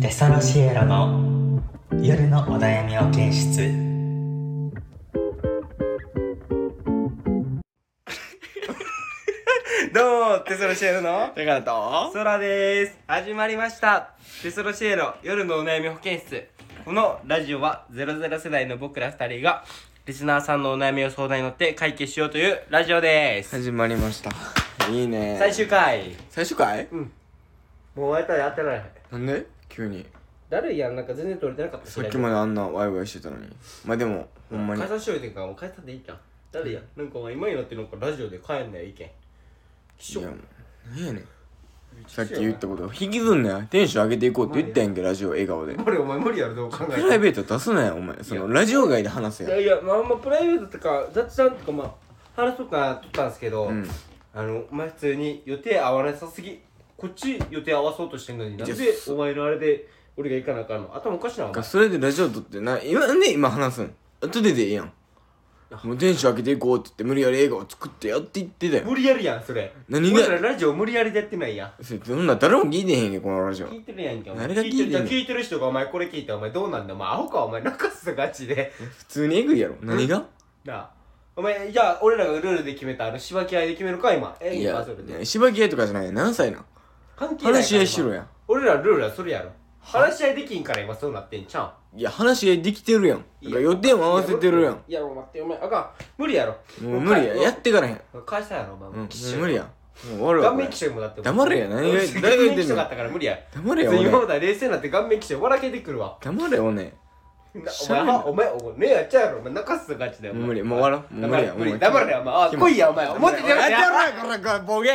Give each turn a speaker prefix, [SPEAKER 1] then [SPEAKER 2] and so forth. [SPEAKER 1] テソロシエロの夜のお悩みを検出
[SPEAKER 2] どうもテソロシエロの
[SPEAKER 3] だからと
[SPEAKER 2] ソラです始まりましたテソロシエロ夜のお悩み保健室このラジオは00世代の僕ら二人がリスナーさんのお悩みを相談に乗って解決しようというラジオです
[SPEAKER 3] 始まりましたいいね
[SPEAKER 2] 最終回
[SPEAKER 3] 最終回
[SPEAKER 2] もう終わったらやってない
[SPEAKER 3] なんで急に
[SPEAKER 2] だるいやんなんか全然取れてなかった
[SPEAKER 3] さっきまであんなワイワイしてたのにまあでもほんまに
[SPEAKER 2] 解散しようというかもう解散でいいじゃんだるいやんなんかお前今になってなんかラジオで帰んない意見
[SPEAKER 3] いやもう何やねんさっき言ったこと引きずんなよテンション上げていこうって言ったやんけラジオ笑顔で
[SPEAKER 2] これお前無理やろどう考え
[SPEAKER 3] プライベート出すなよお前そのラジオ外で話せ
[SPEAKER 2] いや
[SPEAKER 3] よ
[SPEAKER 2] いや、まあ、まあプライベートとか雑談とかまあ話とか取ったんですけど、
[SPEAKER 3] うん
[SPEAKER 2] あのお前普通に予定合わなさすぎこっち予定合わそうとしてんのになんで
[SPEAKER 3] いやそ
[SPEAKER 2] お前のあれで俺が行かなあかんの頭おかしいなお前
[SPEAKER 3] それでラジオ撮ってな今なんで今話すん後ででええやんもうテンション上げていこうって言って無理やり笑顔作ってやっていってたよ
[SPEAKER 2] 無理やりやんそれ
[SPEAKER 3] 何が
[SPEAKER 2] 俺らラジオ無理やりでやってないやん
[SPEAKER 3] それそんな誰も聞いてへんけこのラジオ
[SPEAKER 2] 聞いてるやんけお前
[SPEAKER 3] 誰が聞いてんの
[SPEAKER 2] る聞いてる人がお前これ聞いてお前どうなんだお前アホかお前泣かすぞガチで
[SPEAKER 3] 普通にエグいやろ何が
[SPEAKER 2] なあお前じゃあ俺らがルールで決めたあのしばき合いで決めるか今え
[SPEAKER 3] い
[SPEAKER 2] いいか
[SPEAKER 3] や
[SPEAKER 2] それで
[SPEAKER 3] ねしばき合いとかじゃない何歳なん
[SPEAKER 2] 関係ないから
[SPEAKER 3] 話し合いしろや
[SPEAKER 2] 俺らルールはそれやろ話し合いできんから今そうなってんちゃ
[SPEAKER 3] いや話し合いできてるやんだから予定も合わせてるやん
[SPEAKER 2] うんいやもう待ってお前あかん無理やろ
[SPEAKER 3] もう無理ややってからへん
[SPEAKER 2] もう返したやろお前
[SPEAKER 3] うんも
[SPEAKER 2] も
[SPEAKER 3] う
[SPEAKER 2] うきっしょ
[SPEAKER 3] 無理やもう終わるわ
[SPEAKER 2] 顔
[SPEAKER 3] こ
[SPEAKER 2] 面
[SPEAKER 3] れ
[SPEAKER 2] 騎士もだって
[SPEAKER 3] 黙れや何が
[SPEAKER 2] 俺
[SPEAKER 3] 誰が
[SPEAKER 2] 顔
[SPEAKER 3] 言っ
[SPEAKER 2] 面
[SPEAKER 3] て
[SPEAKER 2] 騎
[SPEAKER 3] ん
[SPEAKER 2] 士
[SPEAKER 3] の
[SPEAKER 2] だったから無理や
[SPEAKER 3] 黙れ
[SPEAKER 2] 別
[SPEAKER 3] よ
[SPEAKER 2] に今
[SPEAKER 3] お
[SPEAKER 2] ま
[SPEAKER 3] ね
[SPEAKER 2] で冷静になって顔面騎士笑けてくるわ
[SPEAKER 3] 黙れよおね
[SPEAKER 2] な
[SPEAKER 3] し
[SPEAKER 2] お
[SPEAKER 3] ゃべ
[SPEAKER 2] 前
[SPEAKER 3] ん
[SPEAKER 2] は
[SPEAKER 3] な
[SPEAKER 2] お前お前目やっちゃうやろお前泣かすぞガチでお前
[SPEAKER 3] もう無理もう終わろうもう無理や
[SPEAKER 2] 黙れ
[SPEAKER 3] もう
[SPEAKER 2] 黙れお前あ来いやお前思っててや
[SPEAKER 3] や
[SPEAKER 2] ろ
[SPEAKER 3] めろよこれこれボケ